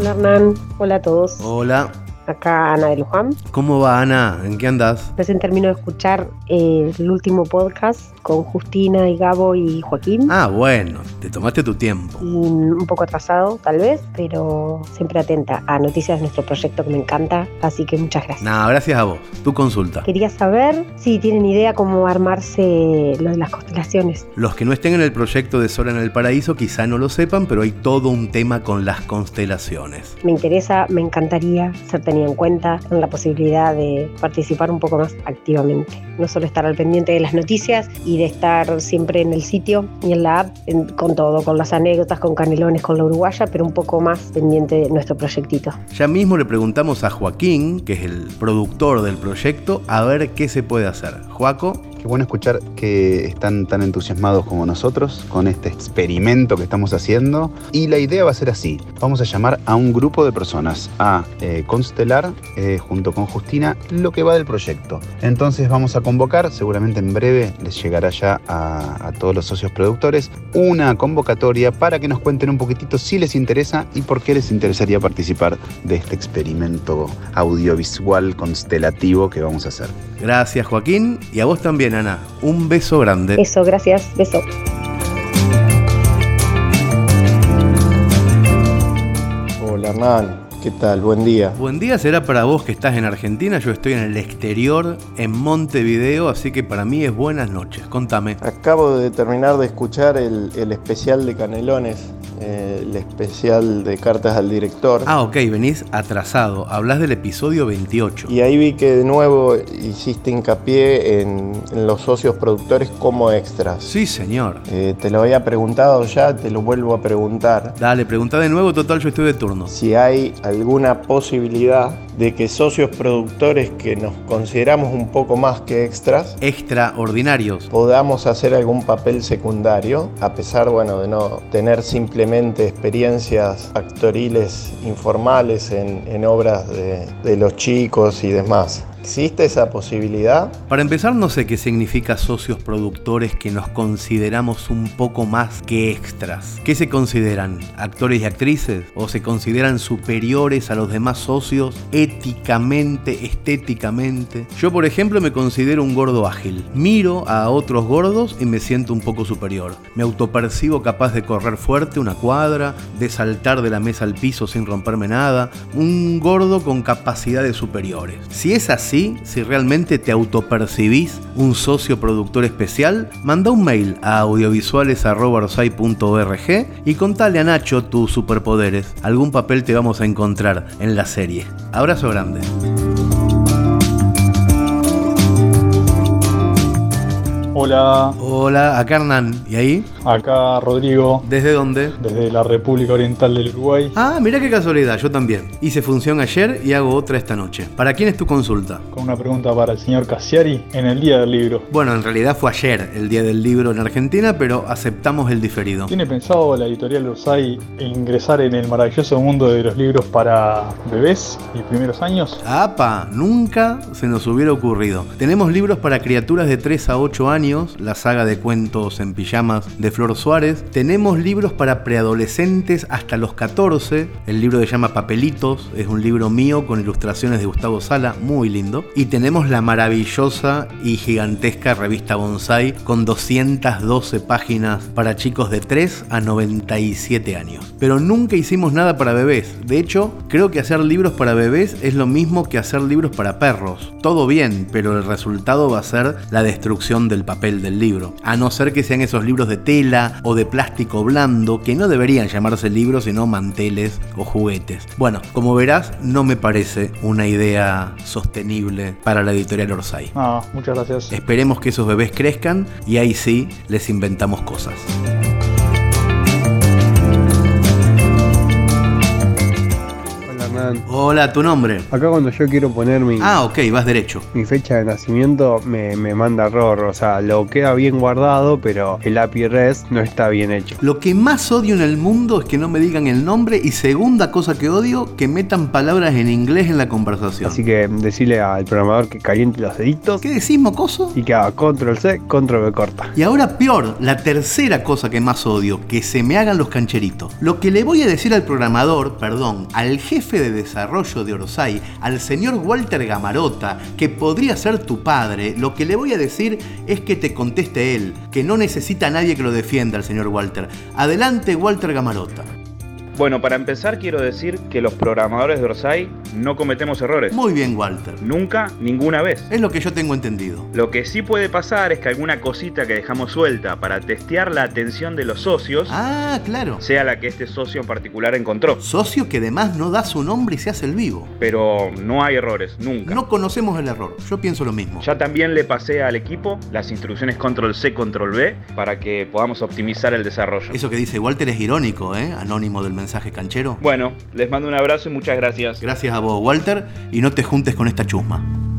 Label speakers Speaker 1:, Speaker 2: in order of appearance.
Speaker 1: Hernán. Hola a todos.
Speaker 2: Hola.
Speaker 1: Acá Ana de Luján.
Speaker 2: ¿Cómo va Ana? ¿En qué andas?
Speaker 1: Recién termino de escuchar eh, el último podcast con Justina y Gabo y Joaquín.
Speaker 2: Ah, bueno, te tomaste tu tiempo.
Speaker 1: Y un poco atrasado tal vez, pero siempre atenta a noticias de nuestro proyecto que me encanta, así que muchas gracias.
Speaker 2: Nada, gracias a vos. Tu consulta.
Speaker 1: Quería saber si tienen idea cómo armarse lo de las constelaciones.
Speaker 2: Los que no estén en el proyecto de Sol en el Paraíso quizá no lo sepan, pero hay todo un tema con las constelaciones.
Speaker 1: Me interesa, me encantaría ser tenida en cuenta en la posibilidad de participar un poco más activamente. No solo estar al pendiente de las noticias y de estar siempre en el sitio y en la app, en- con todo, con las anécdotas, con canelones, con la uruguaya, pero un poco más pendiente de nuestro proyectito.
Speaker 2: Ya mismo le preguntamos a Joaquín, que es el productor del proyecto, a ver qué se puede hacer. Joaco,
Speaker 3: Qué bueno escuchar que están tan entusiasmados como nosotros con este experimento que estamos haciendo. Y la idea va a ser así. Vamos a llamar a un grupo de personas a eh, constelar eh, junto con Justina lo que va del proyecto. Entonces vamos a convocar, seguramente en breve les llegará ya a, a todos los socios productores, una convocatoria para que nos cuenten un poquitito si les interesa y por qué les interesaría participar de este experimento audiovisual constelativo que vamos a hacer.
Speaker 2: gracias Joaquín. Y a vos también, Ana. Un beso grande.
Speaker 1: Eso, gracias, beso.
Speaker 4: Hola Hernán, ¿qué tal? Buen día.
Speaker 2: Buen día será para vos que estás en Argentina, yo estoy en el exterior, en Montevideo, así que para mí es buenas noches. Contame.
Speaker 4: Acabo de terminar de escuchar el, el especial de Canelones, eh, el especial de cartas al director.
Speaker 2: Ah, ok, venís atrasado, hablas del episodio 28.
Speaker 4: Y ahí vi que de nuevo hiciste hincapié en, en los socios productores como extras.
Speaker 2: Sí, señor.
Speaker 4: Eh, te lo había preguntado ya, te lo vuelvo a preguntar.
Speaker 2: Dale, pregunta de nuevo, total, yo estoy de turno.
Speaker 4: Si hay alguna posibilidad de que socios productores que nos consideramos un poco más que extras
Speaker 2: Extraordinarios.
Speaker 4: podamos hacer algún papel secundario, a pesar bueno, de no tener simplemente experiencias actoriles informales en, en obras de, de los chicos y demás. ¿Existe esa posibilidad?
Speaker 2: Para empezar, no sé qué significa socios productores que nos consideramos un poco más que extras. ¿Qué se consideran? ¿Actores y actrices? ¿O se consideran superiores a los demás socios éticamente, estéticamente? Yo, por ejemplo, me considero un gordo ágil. Miro a otros gordos y me siento un poco superior. Me autopercibo capaz de correr fuerte una cuadra, de saltar de la mesa al piso sin romperme nada. Un gordo con capacidades superiores. Si es así, si realmente te autopercibís un socio productor especial, manda un mail a audiovisuales.org y contale a Nacho tus superpoderes. Algún papel te vamos a encontrar en la serie. Abrazo grande.
Speaker 5: Hola,
Speaker 2: Hola, acá Hernán. ¿Y ahí?
Speaker 5: acá Rodrigo,
Speaker 2: ¿Desde dónde?
Speaker 5: desde la República Oriental del Uruguay.
Speaker 2: Ah, mira qué casualidad, yo también. Hice función ayer y hago otra esta noche. ¿Para quién es tu consulta?
Speaker 5: Con una pregunta para el señor Cassiari en el día del libro.
Speaker 2: Bueno, en realidad fue ayer, el día del libro en Argentina, pero aceptamos el diferido.
Speaker 5: ¿Tiene pensado la editorial Usai ingresar en el maravilloso mundo de los libros para bebés y primeros años?
Speaker 2: ¡Apa! Nunca se nos hubiera ocurrido. Tenemos libros para criaturas de 3 a 8 años, la saga de cuentos en pijamas de Flor Suárez. Tenemos libros para preadolescentes hasta los 14. El libro se llama Papelitos, es un libro mío con ilustraciones de Gustavo Sala, muy lindo. Y tenemos la maravillosa y gigantesca revista Bonsai con 212 páginas para chicos de 3 a 97 años. Pero nunca hicimos nada para bebés. De hecho, creo que hacer libros para bebés es lo mismo que hacer libros para perros. Todo bien, pero el resultado va a ser la destrucción del papel del libro. A no ser que sean esos libros de tela o de plástico blando, que no deberían llamarse libros sino manteles o juguetes. Bueno, como verás, no me parece una idea sostenible para la editorial Orsay.
Speaker 5: Ah, muchas gracias.
Speaker 2: Esperemos que esos bebés crezcan y ahí sí les inventamos cosas.
Speaker 6: Hola Hernán, están?
Speaker 2: Hola, tu nombre.
Speaker 6: Acá cuando yo quiero poner mi,
Speaker 2: Ah, ok, vas derecho.
Speaker 6: mi fecha de nacimiento me, me manda error, o sea, lo queda bien guardado, pero el API REST no está bien hecho.
Speaker 2: Lo que más odio en el mundo es que no me digan el nombre y segunda cosa que odio, que metan palabras en inglés en la conversación.
Speaker 6: Así que decirle al programador que caliente los deditos
Speaker 2: ¿Qué decís, mocoso?
Speaker 6: y que haga control C, control V corta.
Speaker 2: Y ahora peor, la tercera cosa que más odio, que se me hagan los cancheritos. Lo que le voy a decir al programador, perdón, al jefe de desarrollo de Orosai, al señor Walter Gamarota, que podría ser tu padre, lo que le voy a decir es que te conteste él, que no necesita a nadie que lo defienda al señor Walter. Adelante, Walter Gamarota.
Speaker 7: Bueno, para empezar quiero decir que los programadores de Orsay no cometemos errores.
Speaker 2: Muy bien, Walter.
Speaker 7: Nunca, ninguna vez.
Speaker 2: Es lo que yo tengo entendido.
Speaker 7: Lo que sí puede pasar es que alguna cosita que dejamos suelta para testear la atención de los socios
Speaker 2: Ah, claro.
Speaker 7: sea la que este socio en particular encontró.
Speaker 2: Socio que además no da su nombre y se hace el vivo.
Speaker 7: Pero no hay errores, nunca.
Speaker 2: No conocemos el error. Yo pienso lo mismo.
Speaker 7: Ya también le pasé al equipo las instrucciones control C, control V para que podamos optimizar el desarrollo.
Speaker 2: Eso que dice Walter es irónico, ¿eh? Anónimo del mensaje canchero.
Speaker 7: Bueno, les mando un abrazo y muchas gracias.
Speaker 2: Gracias a vos, Walter, y no te juntes con esta chusma.